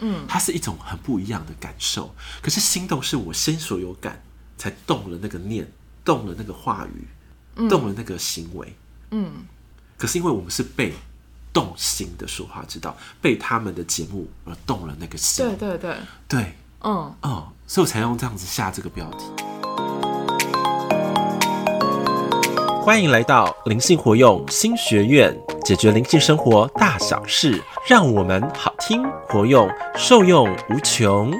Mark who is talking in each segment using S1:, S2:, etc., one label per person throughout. S1: 嗯，它是一种很不一样的感受。可是心动是我先所有感，才动了那个念，动了那个话语，动了那个行为。
S2: 嗯，
S1: 可是因为我们是被动心的说话之道，被他们的节目而动了那个心。
S2: 对对对，
S1: 对，
S2: 嗯，
S1: 嗯，所以我才用这样子下这个标题。欢迎来到灵性活用新学院，解决灵性生活大小事，让我们好听活用，受用无穷。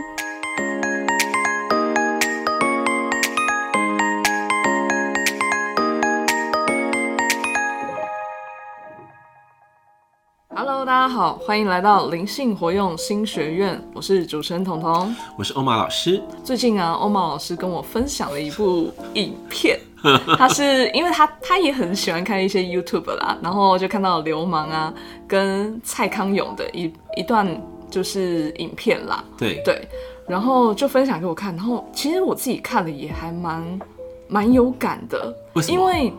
S2: Hello，大家好，欢迎来到灵性活用新学院，我是主持人彤彤。
S1: 我是欧玛老师，
S2: 最近啊，欧玛老师跟我分享了一部影 片，他是因为他他也很喜欢看一些 YouTube 啦，然后就看到流氓啊跟蔡康永的一一段就是影片啦，
S1: 对
S2: 对，然后就分享给我看，然后其实我自己看了也还蛮蛮有感的，
S1: 为什么
S2: 因为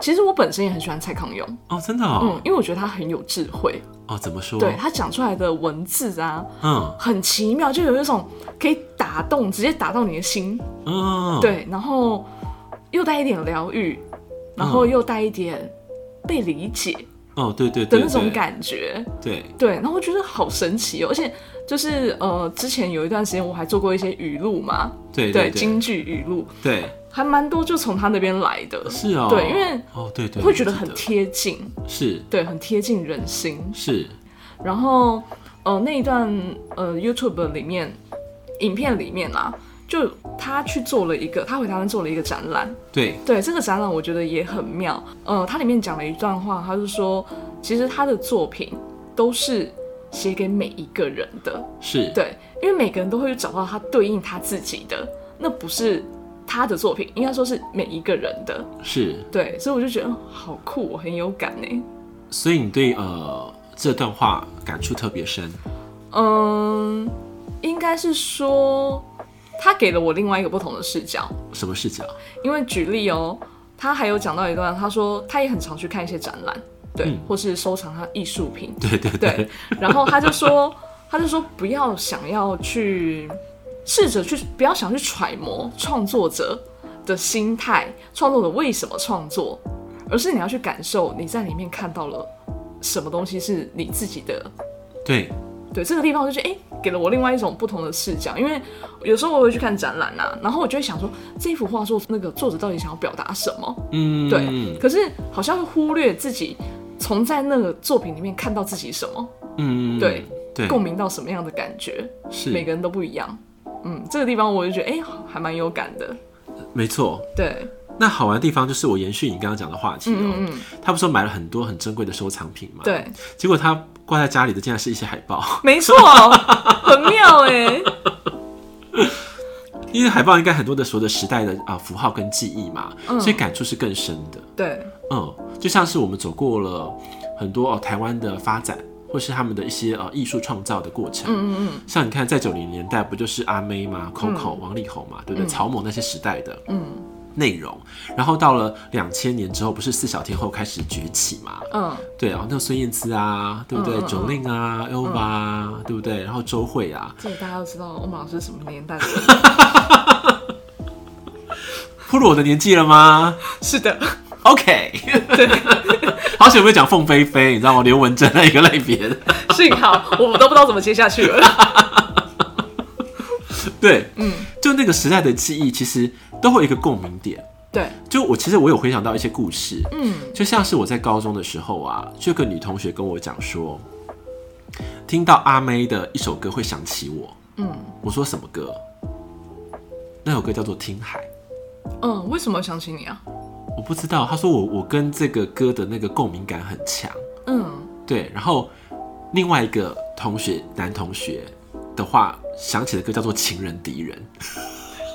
S2: 其实我本身也很喜欢蔡康永，
S1: 哦，真的哦
S2: 嗯，，因为我觉得他很有智慧，
S1: 哦，怎么说？
S2: 嗯对他讲出来的文字啊，
S1: 嗯
S2: 很奇妙，就有一种可以打动，直接打到你的心，
S1: 嗯，，
S2: 对，然后又带一点疗愈，然后
S1: 嗯
S2: 又带一点被理解
S1: 哦，对对
S2: 的
S1: 对，
S2: 那种
S1: 对，
S2: 感觉，
S1: 对，
S2: 对，然后我觉得好神奇哦，而且就是呃，之前有一段时间我还做过一些语录嘛，
S1: 对
S2: 对，京
S1: 对，
S2: 剧语录
S1: 对，
S2: 还蛮多，就从他那边来的，
S1: 是哦，
S2: 对因为
S1: 哦，对对，
S2: 会觉得
S1: 我记
S2: 很贴近，
S1: 是
S2: 对，很贴近人心，
S1: 是，
S2: 然后呃那一段呃 YouTube 里面影片里面啊，就他去做了一个，他回台湾做了一个展览。
S1: 对，
S2: 对这个展览，我觉得也很妙。呃，它里面讲了一段话，他就说，其实他的作品都是写给每一个人的，
S1: 是，
S2: 对，因为每个人都会去找到他对应他自己的，那不是他的作品，应该说是每一个人的。
S1: 是。
S2: 对，所以我就觉得、嗯好酷，我很有感呢。
S1: 所以你对呃这段话感触特别深，
S2: 嗯，应该是说他给了我另外一个不同的视角，
S1: 什么视角？
S2: 因为举例哦，他还有讲到一段，他说他也很常去看一些展览，对，
S1: 嗯
S2: 或是收藏他艺术品，
S1: 对对
S2: 对，然后他就说， 他就说不要想要去试着去，不要想去揣摩创作者的心态，创作者为什么创作，而是你要去感受你在里面看到了什么东西是你自己的。
S1: 对
S2: 对这个地方，我就觉得哎、诶给了我另外一种不同的视角。因为有时候我会去看展览啊，然后我就会想说，这幅画作那个作者到底想要表达什么？
S1: 嗯，
S2: 对，可是好像会忽略自己从在那个作品里面看到自己什么。
S1: 嗯，
S2: 对
S1: 对，
S2: 共鸣到什么样的感觉，
S1: 是
S2: 每个人都不一样。嗯，这个地方我就觉得，哎、还蛮有感的。
S1: 没错。
S2: 对，
S1: 那好玩的地方就是我延续你刚刚讲的话题哦、
S2: 嗯嗯嗯，
S1: 他不是说买了很多很珍贵的收藏品嘛？，
S2: 对，
S1: 结果他挂在家里的竟然是一些海报，
S2: 没错，很妙哎、
S1: 因为海报应该很多的时候的时代的啊、符号跟记忆嘛，
S2: 嗯
S1: 所以感触是更深的。
S2: 对，
S1: 嗯，就像是我们走过了很多哦、台湾的发展，或是他们的一些呃艺术创造的过程。
S2: 嗯嗯
S1: 像你看，在九零年代不就是阿妹嘛、Coco、王力宏嘛，对不对？草蜢那些时代的
S2: 嗯
S1: 内容，然后到了两千年之后，不是四小天后开始崛起嘛？
S2: 嗯
S1: 对啊，那个孙燕姿啊，对不对
S2: 嗯嗯？嗯嗯
S1: 九令啊，Elva 啊，对不对？然后周慧啊，
S2: 这个大家都知道，欧马老师是什么年代的人？
S1: 步入我的年纪了 吗
S2: 是的，
S1: ？OK，好久没有讲凤飞飞，你知道吗？刘文珍啊那一个类 别的，
S2: 幸好我们都不知道怎么接下去了。
S1: 对，
S2: 嗯，
S1: 就那个时代的记忆，其实都会有一个共鸣点。
S2: 对，
S1: 就我其实我有回想到一些故事，
S2: 嗯
S1: 就像是我在高中的时候啊，就有个女同学跟我讲说，听到阿妹的一首歌会想起我。
S2: 嗯
S1: 我说什么歌？那首歌叫做《听海》，
S2: 嗯，为什么想起你啊？
S1: 我不知道。她说我我跟这个歌的那个共鸣感很强，
S2: 嗯
S1: 对。然后另外一个同学男同学的话，想起的歌叫做《情人敌人》，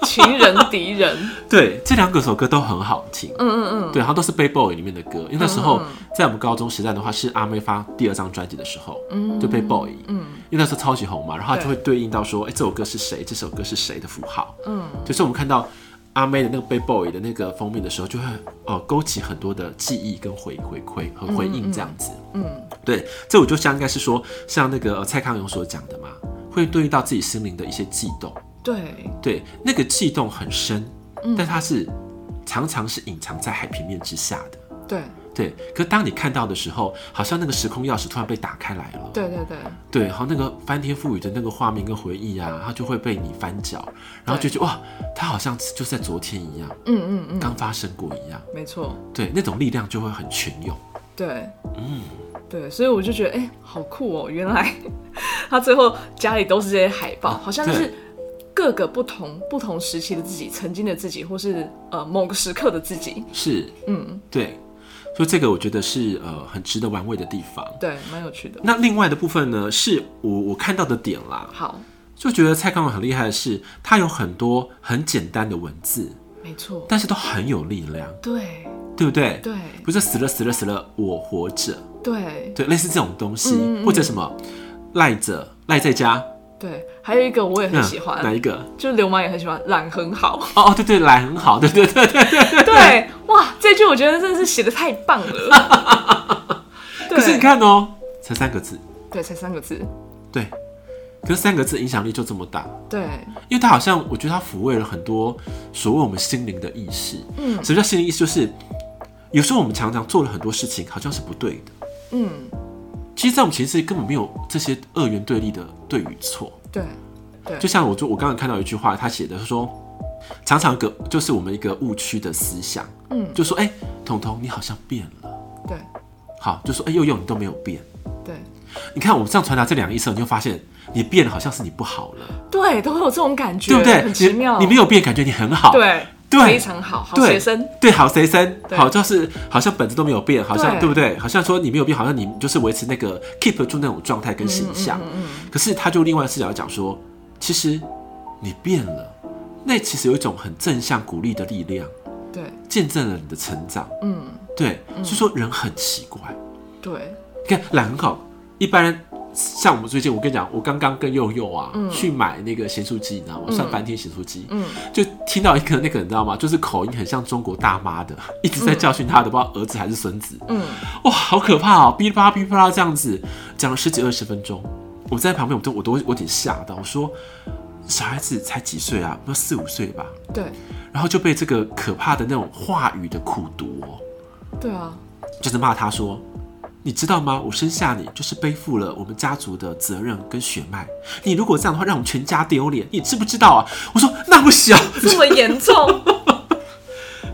S2: 情人敌人，
S1: 对，这两个首歌都很好听。
S2: 嗯嗯嗯，
S1: 对，然后都是《Bad Boy》里面的歌，因为那时候
S2: 嗯
S1: 在我们高中时代的话，是阿妹发第二张专辑的时候，
S2: 嗯
S1: 就《Bad Boy》
S2: 嗯
S1: 因为那时候超级红嘛，然后它
S2: 对
S1: 就会对应到说，哎、这首歌是谁？这首歌是谁的符号？
S2: 嗯，
S1: 就是我们看到阿妹的那个《Bad Boy》的那个封面的时候，就会呃勾起很多的记忆跟回回馈和回应这样子。
S2: 嗯，
S1: 对，这我就像应该是说，像那个呃蔡康永所讲的嘛，会对应到自己心灵的一些悸动。
S2: 对，
S1: 对，那个悸动很深，
S2: 嗯
S1: 但它是常常是隐藏在海平面之下的。
S2: 对，
S1: 对，可当你看到的时候，好像那个时空钥匙突然被打开来了。
S2: 对对对，
S1: 对，然后那个翻天覆雨的那个画面跟回忆啊，它就会被你翻搅，然后就觉得哇，它好像就在昨天一样，
S2: 嗯嗯嗯，
S1: 刚发生过一样。
S2: 没错，
S1: 对，那种力量就会很泉涌。
S2: 对
S1: 嗯，
S2: 对，所以我就觉得，哎、好酷哦！原来 他最后家里都是这些海报，好像就是
S1: 对
S2: 各个不同不同时期的自己，曾经的自己，或是呃某个时刻的自己，
S1: 是，
S2: 嗯，
S1: 对，所以这个我觉得是呃很值得玩味的地方。
S2: 对，蛮有趣的。
S1: 那另外的部分呢，是我我看到的点啦，
S2: 好，
S1: 就觉得蔡康永很厉害的是，他有很多很简单的文字，
S2: 没错，
S1: 但是都很有力量，
S2: 对
S1: 对不对？
S2: 对
S1: 不是死了死了死了，我活着，
S2: 对
S1: 对，类似这种东西，
S2: 嗯嗯嗯
S1: 或者什么赖着赖在家，
S2: 对，还有一个我也很喜
S1: 嗯哪
S2: 欢，
S1: 一个？
S2: 就是流氓也很喜欢，懒很好。
S1: 哦哦，对对，懒很好，对对对对。
S2: 对，哇，这句我觉得真的是写的太棒了。对
S1: 可是你，看哦，才三个字，
S2: 对，才三个字，
S1: 对，可是三个字影响力就这么大，
S2: 对，
S1: 因为它好像我觉得它抚慰了很多所谓我们心灵的意识。
S2: 嗯
S1: 什么叫心灵意识？就是有时候我们常常做了很多事情，好像是不对的。
S2: 嗯，
S1: 其实，在我们其实根本没有这些二元对立的对与错。
S2: 对对，
S1: 就像我就我刚刚看到一句话，他写的是说，常常有个就是我们一个误区的思想，
S2: 嗯
S1: 就说哎，彤、彤你好像变了，
S2: 对
S1: 好，就说哎、佑佑你都没有变。
S2: 对
S1: 你看我们这样传达这两个意思，你就发现你变了，好像是你不好了，
S2: 对，都会有这种感觉，
S1: 对不对？
S2: 很奇妙，
S1: 你你没有变，感觉你很好，
S2: 对
S1: 对
S2: 非常好，好
S1: 对
S2: 学生，
S1: 对，好学生，
S2: 对
S1: 好就是好像本质都没有变，好像
S2: 对
S1: 对不对？好像说你没有变，好像你就是维持那个 keep 住那种状态跟形象。
S2: 嗯
S1: 可是他就另外视角讲说，其实你变了，那其实有一种很正向鼓励的力量，
S2: 对，
S1: 见证了你的成长。
S2: 嗯，
S1: 对，所以说人很奇怪。
S2: 对，
S1: 你看懒很好，一般人像我们最近，我跟你讲，我刚刚跟佑佑啊、去买那个咸酥鸡，你知道吗？上翻天咸酥鸡，
S2: 嗯
S1: 就听到一个那个你知道吗？就是口音很像中国大妈的，一直在教训他的，不知道儿子还是孙子，
S2: 嗯，
S1: 哇，好可怕哦！噼里啪啦噼里啪啦这样子讲了十几二十分钟，我在旁边我都我都我有点吓到，我说小孩子才几岁啊，要四五岁吧，
S2: 对
S1: 然后就被这个可怕的那种话语的苦毒哦。
S2: 对啊，
S1: 就是骂他说：“你知道吗？我生下你就是背负了我们家族的责任跟血脉。你如果这样的话，让我们全家丢脸，你知不知道啊？”我说：“那么小，
S2: 这么严重，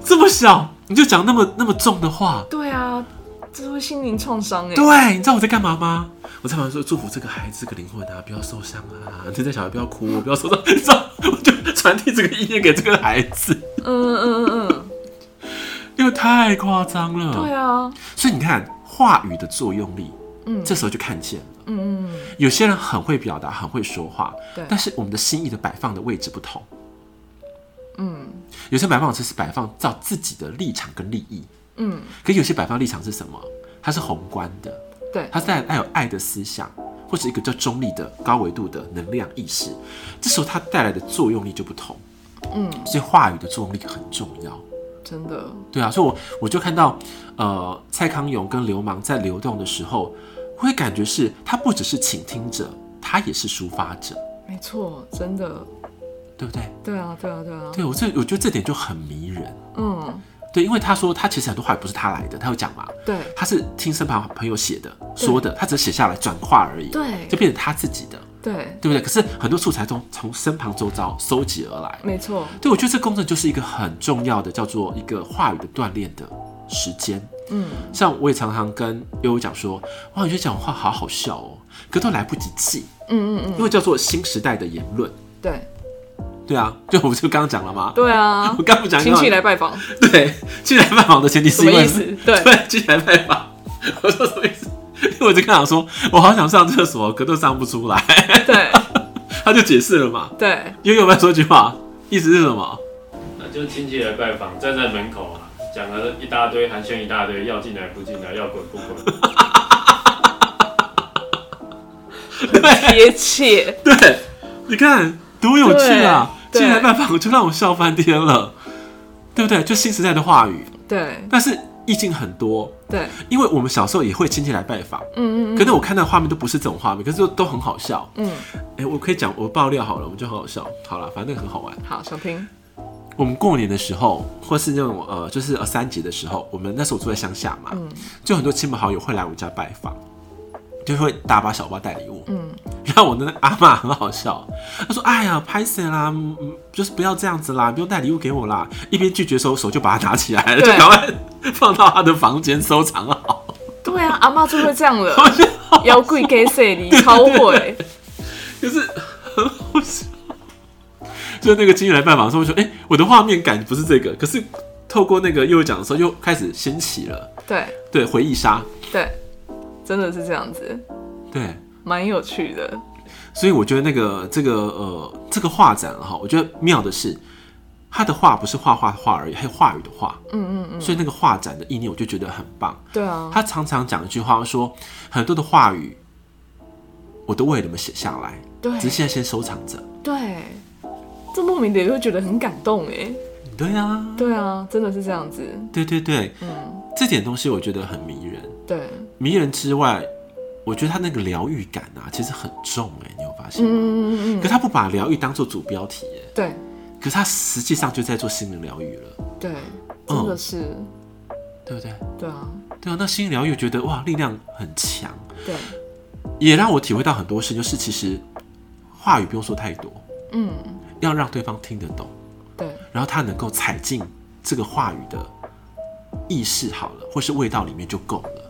S1: 这么小，你就讲那么那么重的话，
S2: 对啊，这会心灵创伤哎，
S1: 对，你知道我在干嘛吗？”我在旁边说：“祝福这个孩子，这个灵魂啊，不要受伤啊！这个小孩不要哭，我不要受伤。”你知道，我就传递这个意念给这个孩子，
S2: 嗯嗯嗯嗯，
S1: 因为太夸张了。
S2: 对啊，
S1: 所以你看，话语的作用力，
S2: 嗯
S1: 这时候就看见了。
S2: 嗯嗯嗯，
S1: 有些人很会表达，很会说话
S2: 对，
S1: 但是我们的心意的摆放的位置不同。
S2: 嗯
S1: 有些摆放只是摆放照自己的立场跟利益，
S2: 嗯，
S1: 可有些摆放立场是什么？它是宏观的，
S2: 对
S1: 它是带带有爱的思想，或是一个叫中立的高维度的能量意识。这时候它带来的作用力就不同，
S2: 嗯，
S1: 所以话语的作用力很重要。
S2: 真的，
S1: 对啊，所以我我就看到，呃，蔡康永跟流氓在流动的时候，我会感觉是他不只是倾听者，他也是抒发者，
S2: 没错，真的，
S1: 对不对？
S2: 对啊对啊对啊，
S1: 对我这我觉得这点就很迷人，
S2: 嗯，
S1: 对，因为他说他其实很多话也不是他来的，他有讲嘛，
S2: 对
S1: 他是听身旁朋友写的说的，他只是写下来转化而已，
S2: 对
S1: 就变成他自己的，
S2: 对，
S1: 对不对？可是很多素材从从身旁周遭收集而来，
S2: 没错，
S1: 对我觉得这工作就是一个很重要的叫做一个话语的锻炼的时间。
S2: 嗯，
S1: 像我也常常跟悠悠讲说，哇，你觉得讲话好好笑哦，可都来不及记，
S2: 嗯嗯嗯，
S1: 因为叫做新时代的言论，
S2: 对
S1: 对啊，就我就刚刚讲了嘛，
S2: 对 啊
S1: 我，刚不讲
S2: 嗯亲戚
S1: 刚
S2: 来拜访，
S1: 对，进来拜访的前提是因为
S2: 什么意思对
S1: 对，进来拜访，我说什么意思？因为我就看到说，我好想上厕所，可都上不出来，
S2: 对
S1: 他就解释了嘛。
S2: 对，
S1: 悠悠有没有说句话？意思是什么？
S3: 那就亲戚来拜访，站在门口啊，讲了一大堆，寒暄一大堆，要进来不进来，要滚不滚。
S2: 贴切，
S1: 对，你看多有趣啊！
S2: 对
S1: 进
S2: 对
S1: 来拜访就让我笑翻天了，对不对？就新时代的话语，
S2: 对
S1: 但是意境很多，
S2: 对，
S1: 因为我们小时候也会亲戚来拜访，
S2: 嗯嗯
S1: 可能我看到的画面都不是这种画面，可是都都很好笑。
S2: 嗯，
S1: 哎、我可以讲我爆料好了，我们就很好笑。好了，反正很好玩。
S2: 好，小平，
S1: 我们过年的时候，或是那种呃，就是呃三节的时候，我们那时候住在乡下嘛，
S2: 嗯
S1: 就很多亲朋好友会来我们家拜访，就会大包小包带礼物。
S2: 嗯，
S1: 然后我的那个阿嬷很好笑，她说：“哎呀，拍谁啦、嗯嗯就是不要这样子啦，不用带礼物给我啦。”一边拒绝的时候，手就把它拿起来了，就
S2: 对
S1: 赶快放到她的房间收藏好。
S2: 对啊，阿妈就会这样 了，妖怪给谁你超会，
S1: 就是很好笑。就那个经理来拜访的时候，我说：“哎、我的画面感不是这个，可是透过那个幼儿讲的时候，又开始兴起了，
S2: 对
S1: 对，回忆杀，
S2: 对，真的是这样子，
S1: 对。”
S2: 蛮有趣的，
S1: 所以我觉得那个这个呃这个画展哈，我觉得妙的是，他的画不是画画的画而已，还有话语的话，
S2: 嗯嗯嗯，
S1: 所以那个画展的意念我就觉得很棒。
S2: 对啊，
S1: 他常常讲一句话说，很多的话语我都为你们写下来，
S2: 对
S1: 只是现在先收藏着。
S2: 对，这莫名的也会觉得很感动哎，
S1: 对啊，
S2: 对啊，真的是这样子，
S1: 对对对，
S2: 嗯，
S1: 这点东西我觉得很迷人。
S2: 对，
S1: 迷人之外，我觉得他那个疗愈感啊，其实很重哎、你有发现吗？
S2: 嗯嗯嗯
S1: 可
S2: 嗯，
S1: 他不把疗愈当做主标题耶，
S2: 对嗯
S1: 可是他实际上就在做心灵疗愈了，
S2: 对，真的是，
S1: 对不对？
S2: 对啊，
S1: 对啊，那心灵疗愈觉得哇，力量很强，
S2: 对，
S1: 也让我体会到很多事，就是其实话语不用说太多，
S2: 嗯，
S1: 要让对方听得懂，
S2: 对
S1: 然后他能够踩进这个话语的意识好了，或是味道里面就够了。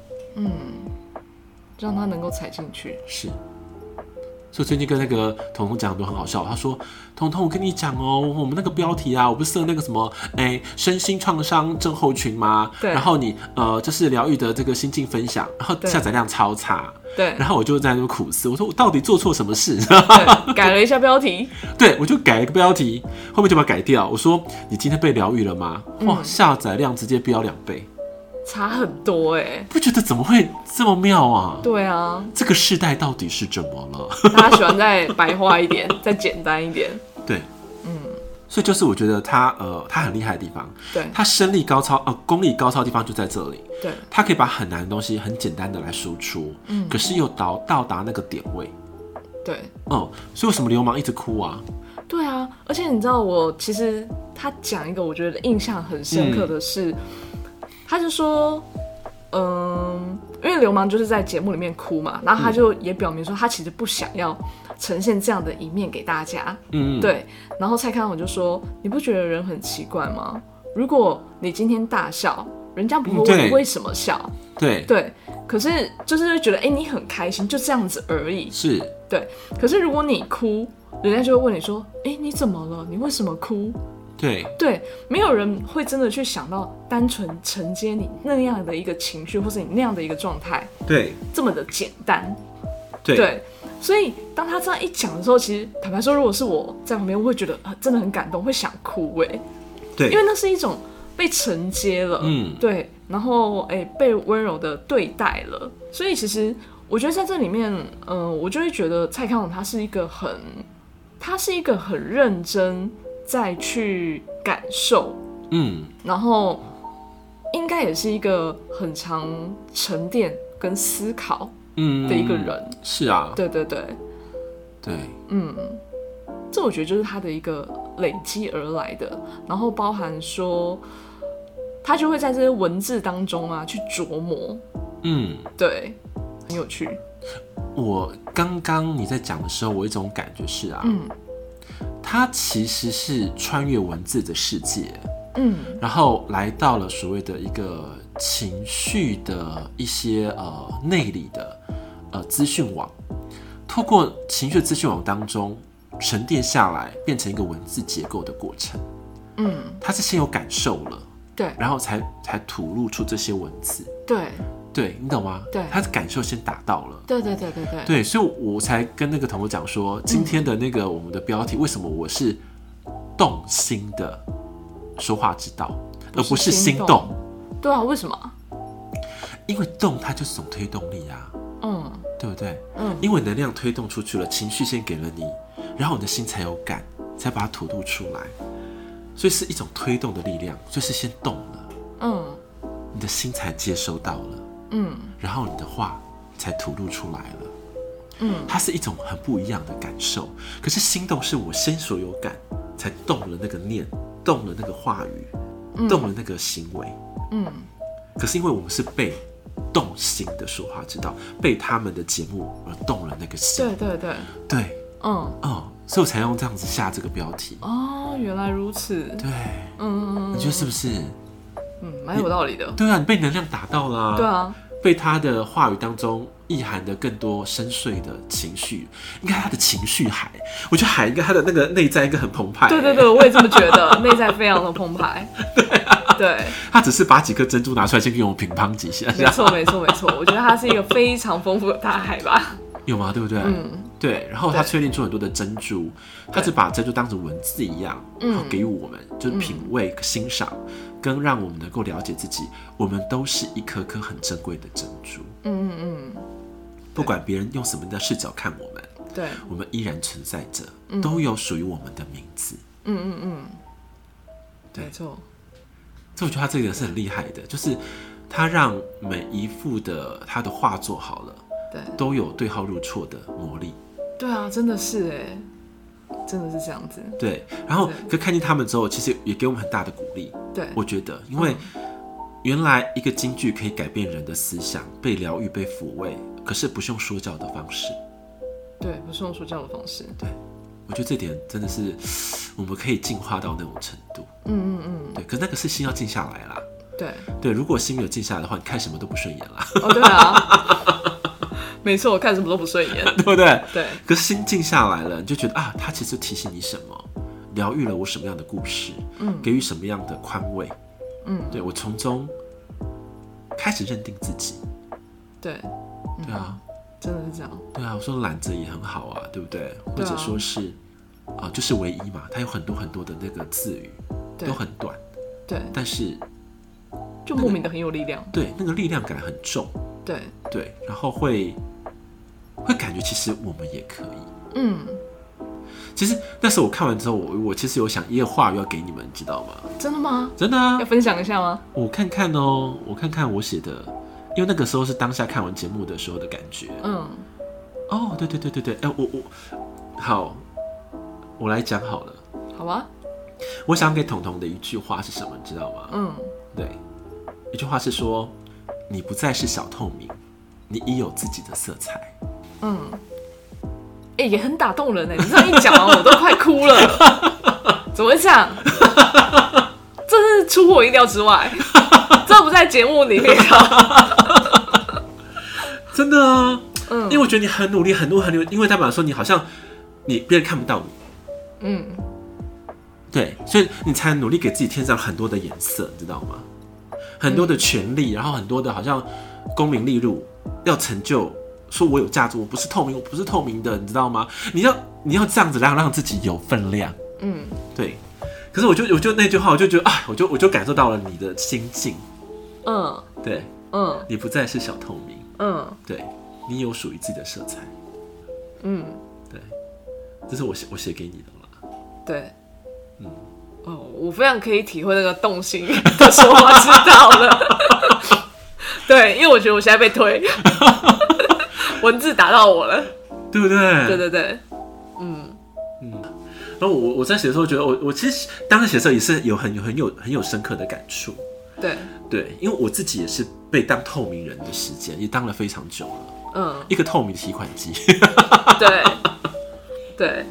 S2: 让他能够踩进去，
S1: 是。所以最近跟那个彤彤讲很多很好笑，他说：“彤彤，我跟你讲哦，我们那个标题啊，我不是设那个什么，哎、身心创伤症候群吗？
S2: 对
S1: 然后你呃，这是疗愈的这个心境分享，然后
S2: 对
S1: 下载量超差，
S2: 对
S1: 然后我就在那边苦思，我说我到底做错什么事？
S2: 对，改了一下标题，
S1: 对，我就改了个标题，后面就把它改掉。我说你今天被疗愈了吗？
S2: 嗯
S1: 哇，下载量直接飙两倍，
S2: 差很多哎，
S1: 不觉得怎么会这么妙啊？
S2: 对啊，
S1: 这个世代到底是怎么了？
S2: 大家喜欢再白话一点， 再简单一点。
S1: 对，嗯，所以就是我觉得他呃，他很厉害的地方，
S2: 对
S1: 他身力高超呃，功力高超的地方就在这里，
S2: 对
S1: 他可以把很难的东西很简单的来输出，嗯，可是又到到达那个点位，
S2: 对
S1: 嗯，所以为什么流氓一直哭啊？
S2: 对啊！而且你知道我，其实他讲一个我觉得印象很深刻的是，他就说，嗯，因为流氓就是在节目里面哭嘛，然后他就也表明说他其实不想要呈现这样的一面给大家，
S1: 嗯，，
S2: 对。然后蔡康永就说：“你不觉得人很奇怪吗？如果你今天大笑，人家不
S1: 嗯
S2: 会
S1: 对
S2: 问你为什么笑，
S1: 对，
S2: 对。可是就是会觉得，哎、你很开心，就这样子而已。
S1: 是，
S2: 可是如果你哭，人家就会问你说：“哎、你怎么了？你为什么哭
S1: 对，？”
S2: 对，没有人会真的去想到单纯承接你那样的一个情绪，或是你那样的一个状态，
S1: 对，
S2: 这么的简单。
S1: 对，
S2: 对，所以当他这样一讲的时候，其实坦白说，如果是我在旁边，我会觉得啊、真的很感动，会想哭哎、
S1: 对
S2: 因为那是一种被承接了，
S1: 嗯
S2: 对，然后哎、被温柔的对待了，所以其实我觉得在这里面，嗯、我就会觉得蔡康永他是一个很，他是一个很认真在去感受，
S1: 嗯，
S2: 然后应该也是一个很常沉淀跟思考
S1: 嗯
S2: 的一个人，
S1: 是啊，
S2: 对对对。
S1: 对，
S2: 嗯，这我觉得就是他的一个累积而来的，然后包含说，他就会在这些文字当中啊去琢磨，
S1: 嗯，
S2: 对，很有趣，
S1: 我刚刚你在讲的时候，我有一种感觉是啊，
S2: 嗯
S1: 他其实是穿越文字的世界，
S2: 嗯，
S1: 然后来到了所谓的一个情绪的一些呃内里的呃资讯网，透过情绪资讯网当中沉淀下来，变成一个文字结构的过程。
S2: 嗯，
S1: 它是先有感受了，
S2: 对
S1: 然后才才吐露出这些文字。
S2: 对
S1: 对你懂吗？
S2: 对
S1: 他的感受先达到了。
S2: 对对对对对，
S1: 对，所以我才跟那个同学讲说，今天的那个我们的标题，为什么我是动心的说话之道，而不是心
S2: 心
S1: 动
S2: 动？对啊，为什么？
S1: 因为动它就是种推动力啊，
S2: 嗯
S1: 对不对？
S2: 嗯，
S1: 因为能量推动出去了，情绪先给了你，然后你的心才有感，才把它吐露出来，所以是一种推动的力量，就是先动了。
S2: 嗯，
S1: 你的心才接收到了，
S2: 嗯，
S1: 然后你的话才吐露出来了。嗯，它是一种很不一样的感受。可是心动是我先所有感，才动了那个念，动了那个话语，动了那个行为。
S2: 嗯，
S1: 可是因为我们是被动心的说话之道，被他们的节目而动了那个心。
S2: 对对对，
S1: 对，
S2: 嗯，
S1: 嗯，所以我才用这样子下这个标题。
S2: 哦，原来如此，
S1: 对，
S2: 嗯嗯
S1: 你觉得是不是？
S2: 嗯，蛮有道理的，
S1: 对啊，你被能量打到啦、
S2: 对啊，
S1: 被他的话语当中意涵的更多深邃的情绪，应该他的情绪海，我觉得海应该他的那个内在应该很澎湃、
S2: 对对对，，我也这么觉得， 内在非常的澎湃， 对，啊
S1: 他只是把几颗珍珠拿出来先给我们乒乓几下，这
S2: 没
S1: 样
S2: 错没错没错，我觉得它是一个非常丰富的大海吧，
S1: 有吗？对不对？
S2: 嗯
S1: 对。然后他
S2: 对
S1: 淬炼出很多的珍珠，他只把珍珠当成文字一样，然后给予我们就是品味、欣赏，跟让我们能够了解自己，我们都是一颗颗很珍贵的珍珠，
S2: 嗯嗯
S1: 不管别人用什么样的视角看我们。
S2: 嗯，对，
S1: 我们依然存在着，
S2: 嗯
S1: 都有属于我们的名字。
S2: 嗯嗯嗯，
S1: 对
S2: 没错，
S1: 所以我觉得他这个是很厉害的，就是他让每一幅的他的画作好了，
S2: 对
S1: 都有对号入错的魔力。
S2: 对啊，真的是哎，真的是这样子，
S1: 对，然后
S2: 对
S1: 可看见他们之后，其实也给我们很大的鼓励。
S2: 对，
S1: 我觉得，因为
S2: 嗯
S1: 原来一个京剧可以改变人的思想，被疗愈、被抚慰，可是不是用说教的方式。
S2: 对，不是用说教的方式，
S1: 我觉得这点真的是我们可以进化到那种程度。
S2: 嗯嗯嗯，
S1: 对，可那个是心要静下来啦。
S2: 对。
S1: 对，如果心没有静下来的话，你看什么都不顺眼啦，
S2: 哦，对啊，没错，我看什么都不顺眼。
S1: 对不对？
S2: 对，
S1: 可是心静下来了，你就觉得啊，他其实提醒你什么，疗愈了我什么样的故事，嗯，给予什么样的宽慰，
S2: 嗯，
S1: 对我从中开始认定自己，
S2: 对，嗯
S1: 对啊，
S2: 真的是这样。
S1: 对啊，我说懒着也很好啊，对不对？或
S2: 对啊
S1: 者说是啊、就是唯一嘛，它有很多很多的那个字语，
S2: 对
S1: 都很短，
S2: 对，
S1: 但是
S2: 就莫名的很有力量。
S1: 对那个力量感很重，
S2: 对，
S1: 对，然后会会感觉其实我们也可以，
S2: 嗯，
S1: 其实那时候我看完之后，我我其实有想也有话语要给你们，知道吗？
S2: 真的吗？
S1: 真的啊
S2: 要，分享一下吗？
S1: 我看看哦、我看看我写的，因为那个时候是当下看完节目的时候的感觉。
S2: 嗯，
S1: 哦，对对对对对，哎、我我好，我来讲好了。
S2: 好吧。
S1: 我想给彤彤的一句话是什么，你知道吗？
S2: 嗯，
S1: 对，一句话是说，你不再是小透明，你已有自己的色彩。
S2: 嗯哎、也很打动人哎、你这样一讲完，我都快哭了。 怎么会这样？这是出乎我意料之外，这不在节目里 面啊。
S1: 真的啊，因为
S2: 嗯
S1: 我觉得你很努力，很努力，很努力，因为代表说你好像你别人看不到你，
S2: 嗯，
S1: 对，所以你才努力给自己添上很多的颜色，你知道吗？很多的权
S2: 嗯
S1: 利，然后很多的好像功名利禄，要成就，说我有价值，我不是透明，我不是透明的，你知道吗？你要你要这样子让让自己有分量，
S2: 嗯，
S1: 对。可是我就我就那句话，我就觉得啊，我就我就感受到了你的心境，
S2: 嗯，
S1: 对
S2: 嗯，
S1: 你不再是小透明，
S2: 嗯，
S1: 对你有属于自己的色彩，
S2: 嗯，
S1: 对，这是我写我写给你的啦。
S2: 对。
S1: 嗯
S2: 哦，我非常可以体会那个动心的说话之道 了。对，因为我觉得我现在被推，文字打到我了。
S1: 对不对？
S2: 对对对，
S1: 然后我我在写的时候，觉得我我其实当时写的时候也是有很有很有很有深刻的感触，
S2: 对，
S1: 对，因为我自己也是被当透明人的时间也当了非常久了，
S2: 嗯，
S1: 一个透明的提款机，
S2: 对，对，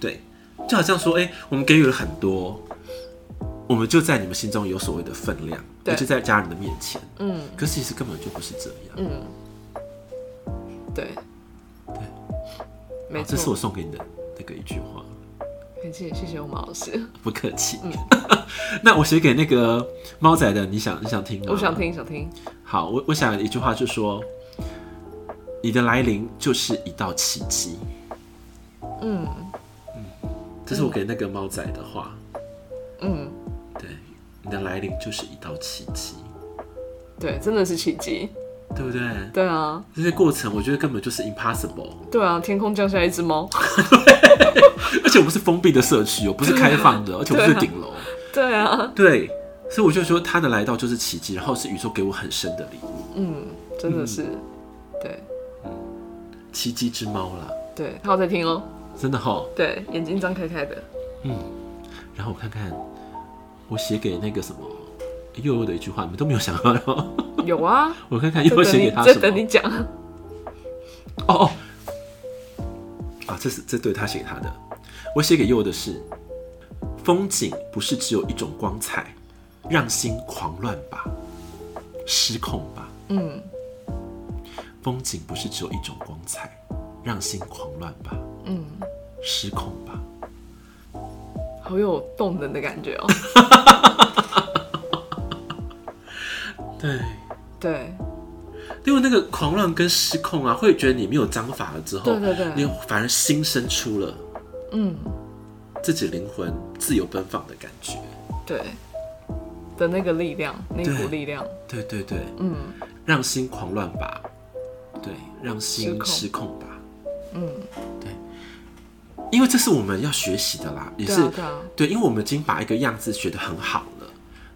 S1: 对，就好像说，哎、我们给予了很多，我们就在你们心中有所谓的分量，
S2: 对
S1: 而且在家人的面前，
S2: 嗯
S1: 可是其实根本就不是这样，
S2: 嗯，对，对，没
S1: 好这是
S2: 错
S1: 我，送给你的那个一句话，
S2: 感谢谢谢我马老师，
S1: 不客气。
S2: 嗯
S1: 那我写给那个猫仔的，你想你想听吗？
S2: 我想听想听，
S1: 好，我我想一句话就说，你的来临就是一道奇迹。
S2: 嗯
S1: 这是我给那个猫仔的话，
S2: 嗯，
S1: 对，你的来临就是一道奇迹，
S2: 对，真的是奇迹，
S1: 对不对？
S2: 对啊
S1: 这些过程我觉得根本就是 impossible，
S2: 对啊，天空降下一只猫，
S1: 而且我们是封闭的社区哦，不是开放的，而且我们是顶楼，
S2: 对啊，
S1: 对，所以我就说他的来到就是奇迹，然后是宇宙给我很深的礼物，
S2: 嗯，真的是，对
S1: 奇迹之猫啦，
S2: 对，他有在听哦，
S1: 真的哈。
S2: 对，眼睛张开开的，
S1: 然后我看看我写给那个什么悠悠的一句话，你们都没有想到，然 后
S2: 有啊，
S1: 我看看
S2: 在
S1: 悠悠
S2: 等
S1: 写给
S2: 你
S1: 他，什
S2: 在
S1: 么。
S2: 等你讲，
S1: 哦哦，啊，这是这对他写他的，我写给佑的是：风景不是只有一种光彩，让心狂乱吧，失控吧。
S2: 嗯
S1: 风景不是只有一种光彩，让心狂乱吧，
S2: 嗯，
S1: 失控吧。
S2: 好有动能的感觉哦，
S1: 对，
S2: 对，
S1: 因为那个狂乱跟失控啊，会觉得你没有章法了之后，
S2: 对对对
S1: 你反而心生出了
S2: 嗯
S1: 自己灵魂自由奔放的感觉。
S2: 对的那个力量，那股力量，
S1: 对对对，
S2: 嗯
S1: 让心狂乱吧，对，让心失
S2: 失
S1: 控吧，
S2: 嗯，
S1: 因为这是我们要学习的啦，也
S2: 对
S1: 是
S2: 啊对啊，
S1: 对因为我们已经把一个样子学得很好了，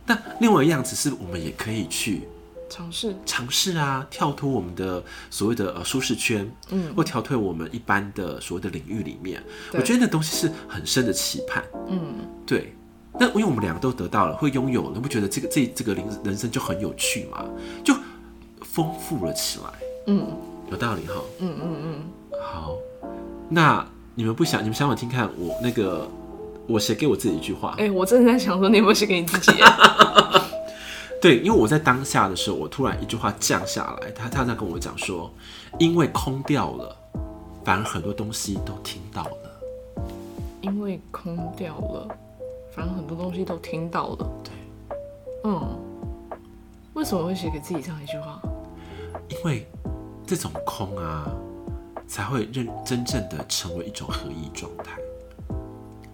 S1: 那另外一个样子是我们也可以去
S2: 尝试，
S1: 尝试啊，跳脱我们的所谓的呃舒适圈，
S2: 嗯
S1: 或跳脱我们一般的所谓的领域里面，
S2: 对
S1: 我觉得那东西是很深的期盼，
S2: 嗯
S1: 对。那因为我们两个都得到了，会拥有了，你不觉得这个这这个人人生就很有趣吗？就丰富了起来，
S2: 嗯
S1: 有道理哈。
S2: 嗯嗯嗯，
S1: 好，那你们不想，你们想我听看我那个，我写给我自己一句话。
S2: 哎、我真的在想说，你有没有写给你自 己啊？
S1: 对，因为我在当下的时候，我突然一句话降下来，他他在跟我讲说，因为空掉了，反而很多东西都听到了。
S2: 因为空掉了，反正很多东西都听到了。
S1: 对，
S2: 嗯，为什么会写给自己这样一句话？
S1: 因为这种空啊，才会认真正的成为一种合一状态。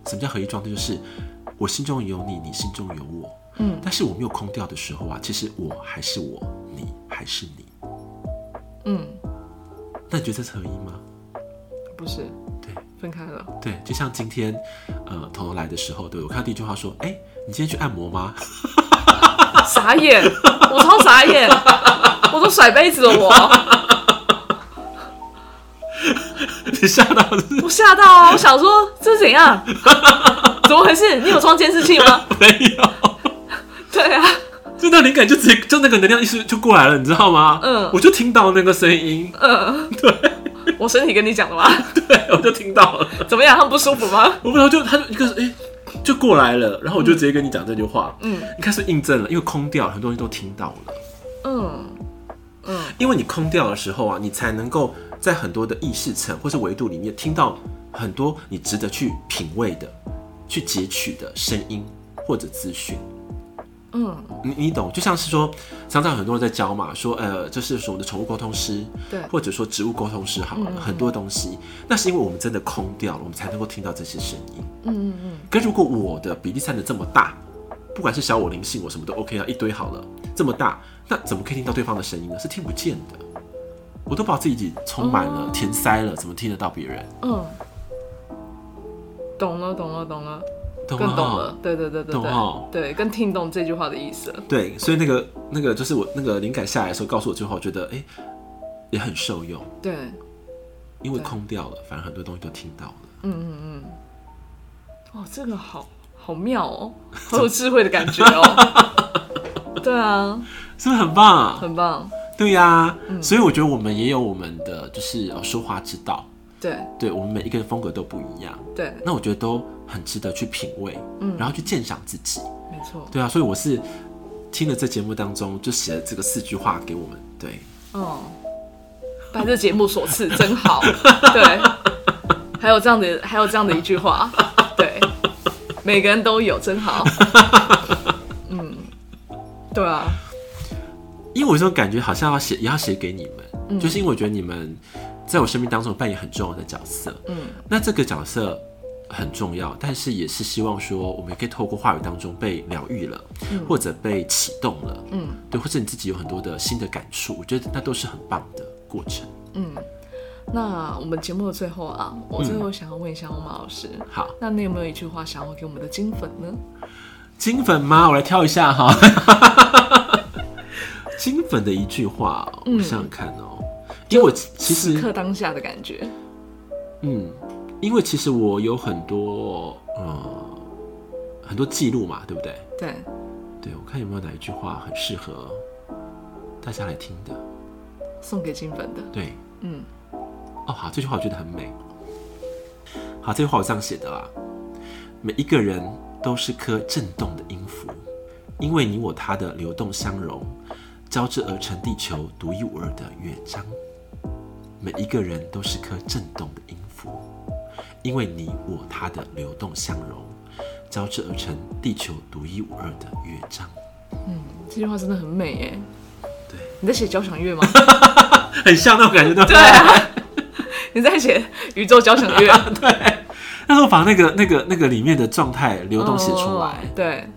S1: 什么叫合一状态？就是我心中有你，你心中有我。
S2: 嗯
S1: 但是我没有空掉的时候啊，其实我还是我，你还是你。
S2: 嗯，
S1: 那你觉得这是合一吗？
S2: 不是，
S1: 对
S2: 分开了。
S1: 对，就像今天，呃，彤彤来的时候，对我看到第一句话说，哎、你今天去按摩吗？
S2: 傻眼，我超傻 眼，我都甩杯子了我，
S1: 你吓到是不是
S2: 我吓到啊！我想说这是怎样？怎么回事？你有装监视器吗？
S1: 没有？
S2: 对啊，
S1: 就那灵感就直接就那个能量意识就过来了，你知道吗？
S2: 嗯
S1: 我就听到那个声音，
S2: 啊我身体跟你讲的吗？嗯
S1: 对， 我就听到了，
S2: 怎么样？他们不舒服吗？
S1: 我不知道就他就一个哎、就过来了，然后我就直接跟你讲这句话，
S2: 嗯
S1: 你看是不是印证了，因为空掉很多人都听到了。
S2: 嗯嗯，
S1: 因为你空掉的时候啊，你才能够在很多的意识层或是维度里面听到很多你值得去品味的、去截取的声音或者资讯。
S2: 嗯，
S1: 你你懂？就像是说，常常很多人在教嘛，说呃，就是所谓的宠物沟通师，
S2: 对嗯
S1: 或者说植物沟通师好了，很多东西，那是因为我们真的空掉了，我们才能够听到这些声音。
S2: 嗯嗯嗯，
S1: 可如果我的比例占的这么大，不管是小我灵性，我什么都 OK 啊，一堆好了，这么大，那怎么可以听到对方的声音呢？是听不见的。我都把自己充满了、
S2: 哦
S1: 填塞了，怎么听得到别人？
S2: 嗯，懂了，懂了，懂了，
S1: 懂
S2: 更
S1: 吗？
S2: 懂了，对对对对
S1: 懂哦
S2: 对，对，更听懂这句话的意思了。
S1: 对，所以那个那个就是我那个灵感下来的时候，告诉我之后，我觉得哎、诶也很受用，
S2: 对，
S1: 因为
S2: 对
S1: 空掉了，反而很多东西都听到了。
S2: 哦，这个好好妙 哦，好有智慧的感觉哦。 对啊，
S1: 是不是很棒啊？
S2: 很嗯棒。
S1: 对呀、所以我觉得我们也有我们的就是呃说话之道，
S2: 对
S1: 对我们每一个人风格都不一样。
S2: 对，
S1: 那我觉得都很值得去品味，嗯，然后去鉴赏自己，
S2: 没错。
S1: 对啊，所以我是听了这节目当中就写了这个四句话给我们，对，
S2: 嗯，拜这节目所赐，真 好。对，还有这样的，还有这样的一句话，对，每个人都有，真 好。嗯，对啊，
S1: 因为我这种感觉好像要写也要写给你们，就是因为我觉得你们在我生命当中扮演很重要的角色，嗯，那这个角色。很重要，但是也是希望说，我们也可以透过话语当中被疗愈了，或者被启动了，嗯，对，或者你自己有很多的新的感触，我觉得那都是很棒的过程。
S2: 那我们节目的最后啊，
S1: 嗯
S2: 我最后想要问一下欧马老师，
S1: 好，
S2: 那你有没有一句话想要给我们的金粉呢？
S1: 金粉吗？我来挑一下哈。 金粉的一句话、哦，我想想看哦，因为我其
S2: 此
S1: 实
S2: 刻当下的感觉，
S1: 嗯，因为其实我有很多呃很多记录嘛，对不对？
S2: 对，
S1: 对，我看有没有哪一句话很适合大家来听的。
S2: 送给金粉的，
S1: 对，
S2: 嗯，
S1: 哦，好，这句话我觉得很美。好，这句话我这样写的啦：每一个人都是颗震动的音符，因为你我他的流动相融，交织而成地球独一无二的乐章。每一个人都是颗震动的音符，因为你我他的流动相融，交织而成地球独一无二的乐章。
S2: 这句话真的很美耶。
S1: 对，
S2: 你在写交响乐吗？
S1: 很像那种感觉，对不对
S2: 对啊，你在写宇宙交响乐，
S1: 那时候把那个、那个、那个里面的状态 流动写出来。啊
S2: 嗯对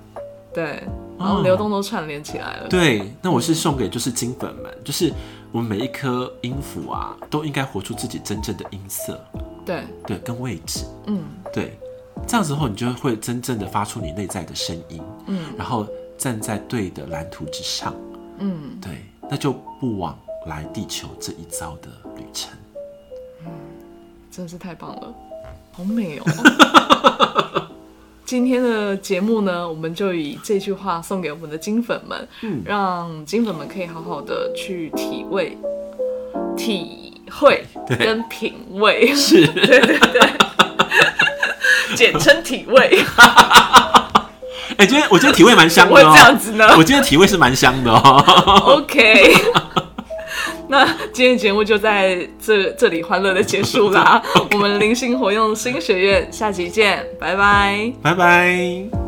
S2: 对，然后流动都串联起来了，
S1: 对，那我是送给就是金粉们，就是我们每一颗音符啊，都应该活出自己真正的音色，
S2: 对，
S1: 对，跟位置，
S2: 嗯
S1: 对，这样子后你就会真正的发出你内在的声音，
S2: 嗯
S1: 然后站在对的蓝图之上，
S2: 嗯，
S1: 对，那就不枉来地球这一遭的旅程。
S2: 真的是太棒了，好美哦。哦今天的节目呢，我们就以这句话送给我们的金粉们，让金粉们可以好好的去体味、体会跟品味，是， 对对对，简称体味，
S1: 哎、今天我今天体味蛮
S2: 怎
S1: 香
S2: 么
S1: 的
S2: 会
S1: 哦、
S2: 这样子呢？
S1: 我今天体味是蛮香的哦、
S2: OK，那今天节目就在这这里欢乐的结束啦。我们零星活用新学院，下集见，拜拜。
S1: 拜拜。